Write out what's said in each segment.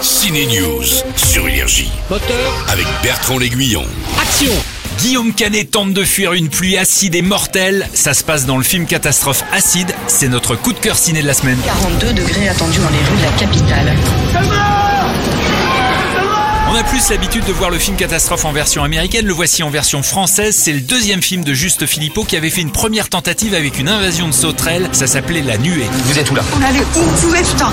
Ciné News sur Énergie Moteur, avec Bertrand L'Aiguillon. action Guillaume Canet tente de fuir une pluie acide et mortelle. Ça se passe dans le film Catastrophe Acide. C'est notre coup de cœur ciné de la semaine. 42 degrés attendus dans les rues de la capitale. On a plus l'habitude de voir le film Catastrophe en version américaine. Le voici en version française. C'est le deuxième film de Juste Philippot qui avait fait une première tentative avec une invasion de sauterelles. Ça s'appelait La Nuée. Vous êtes où là On allait où vous pouvez, putain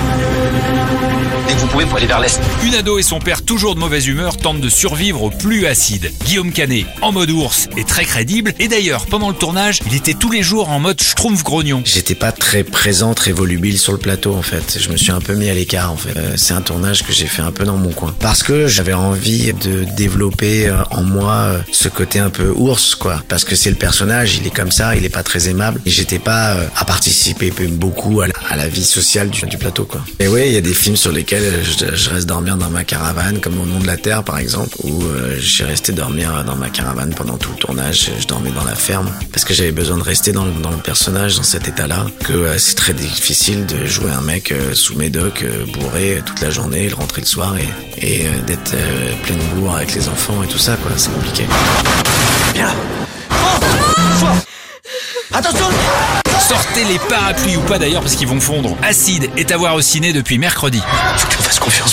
Dès que vous pouvez, vous allez vers l'est. Une ado et son père, toujours de mauvaise humeur, tentent de survivre aux pluies acides. Guillaume Canet, en mode ours, est très crédible. Et d'ailleurs, pendant le tournage, il était tous les jours en mode schtroumpf grognon. J'étais pas très présent, très volubile sur le plateau en fait. Je me suis un peu mis à l'écart en fait. Euh, c'est un tournage que j'ai fait un peu dans mon coin. Parce que j'avais envie de développer euh, en moi euh, ce côté un peu ours quoi. Parce que c'est le personnage, il est comme ça, il est pas très aimable. Et j'étais pas euh, à participer beaucoup à la, à la vie sociale du, du plateau quoi. Et oui, il y a des films sur lesquels euh, je, je reste dormir dans ma caravane, comme Au nom de la terre par exemple, où euh, j'ai resté dormir dans ma caravane pendant tout le tournage. Je dormais dans la ferme parce que j'avais besoin de rester dans le, dans le personnage, dans cet état-là. Que euh, c'est très difficile de jouer un mec euh, sous médoc, euh, bourré toute la journée, le rentrer le soir et, et euh, d'être euh, plein de bourre avec les enfants et tout ça quoi. C'est compliqué. Bien là. Oh Fort Attention Sortez les parapluies ou pas d'ailleurs parce qu'ils vont fondre. Acide est à voir au ciné depuis mercredi. Faut que tu me fasses confiance.